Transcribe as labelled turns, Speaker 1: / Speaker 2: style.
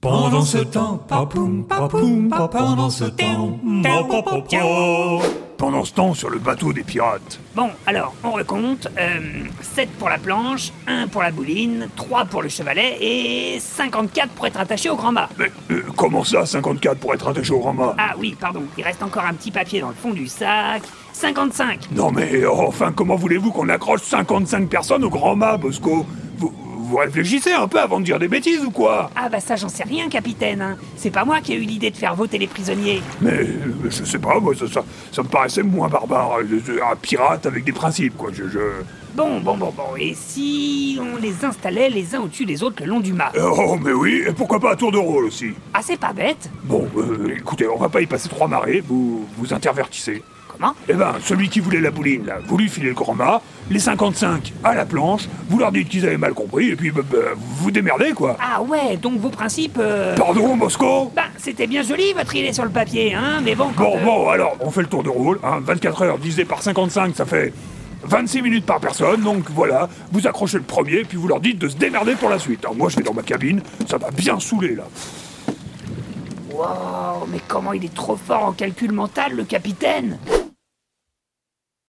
Speaker 1: Pendant ce temps, papoum, papoum, pa- pendant ce temps, pa- pa- pa- pa-
Speaker 2: Pendant ce temps, sur le bateau des pirates.
Speaker 3: Bon, alors, on recompte. 7 pour la planche, 1 pour la bouline, 3 pour le chevalet et 54 pour être attaché au grand mât.
Speaker 2: Mais euh, comment ça, 54 pour être attaché au grand mât
Speaker 3: Ah oui, pardon, il reste encore un petit papier dans le fond du sac. 55
Speaker 2: Non mais, oh, enfin, comment voulez-vous qu'on accroche 55 personnes au grand mât, Bosco vous, vous réfléchissez un peu avant de dire des bêtises ou quoi
Speaker 3: Ah bah ça, j'en sais rien, capitaine. hein. C'est pas moi qui ai eu l'idée de faire voter les prisonniers.
Speaker 2: Mais euh, je sais pas, moi, ça, ça, ça me paraissait moins barbare. euh, euh, Un pirate avec des principes, quoi. Je, euh, je-
Speaker 3: Bon, bon, bon, bon. Et si on les installait les uns au-dessus des autres le long du mât
Speaker 2: Euh, Oh, mais oui, et pourquoi pas à tour de rôle aussi
Speaker 3: Ah, c'est pas bête
Speaker 2: Bon, euh, écoutez, on va pas y passer trois marées, vous vous intervertissez.
Speaker 3: Comment
Speaker 2: Eh ben, celui qui voulait la bouline, là, vous lui filez le grand mât, les 55 à la planche, vous leur dites qu'ils avaient mal compris, et puis bah, bah, vous vous démerdez, quoi.
Speaker 3: Ah ouais, donc vos principes... euh,
Speaker 2: Pardon, Moscou
Speaker 3: Ben, c'était bien joli votre idée sur le papier, hein, mais bon... quand,
Speaker 2: Bon,
Speaker 3: euh,
Speaker 2: bon, alors, on fait le tour de rôle, hein, 24 heures divisé par 55, ça fait 26 minutes par personne, donc voilà, vous accrochez le premier, puis vous leur dites de se démerder pour la suite. Alors, moi, je vais dans ma cabine, ça va bien saouler, là.
Speaker 3: Waouh, mais comment il est trop fort en calcul mental, le capitaine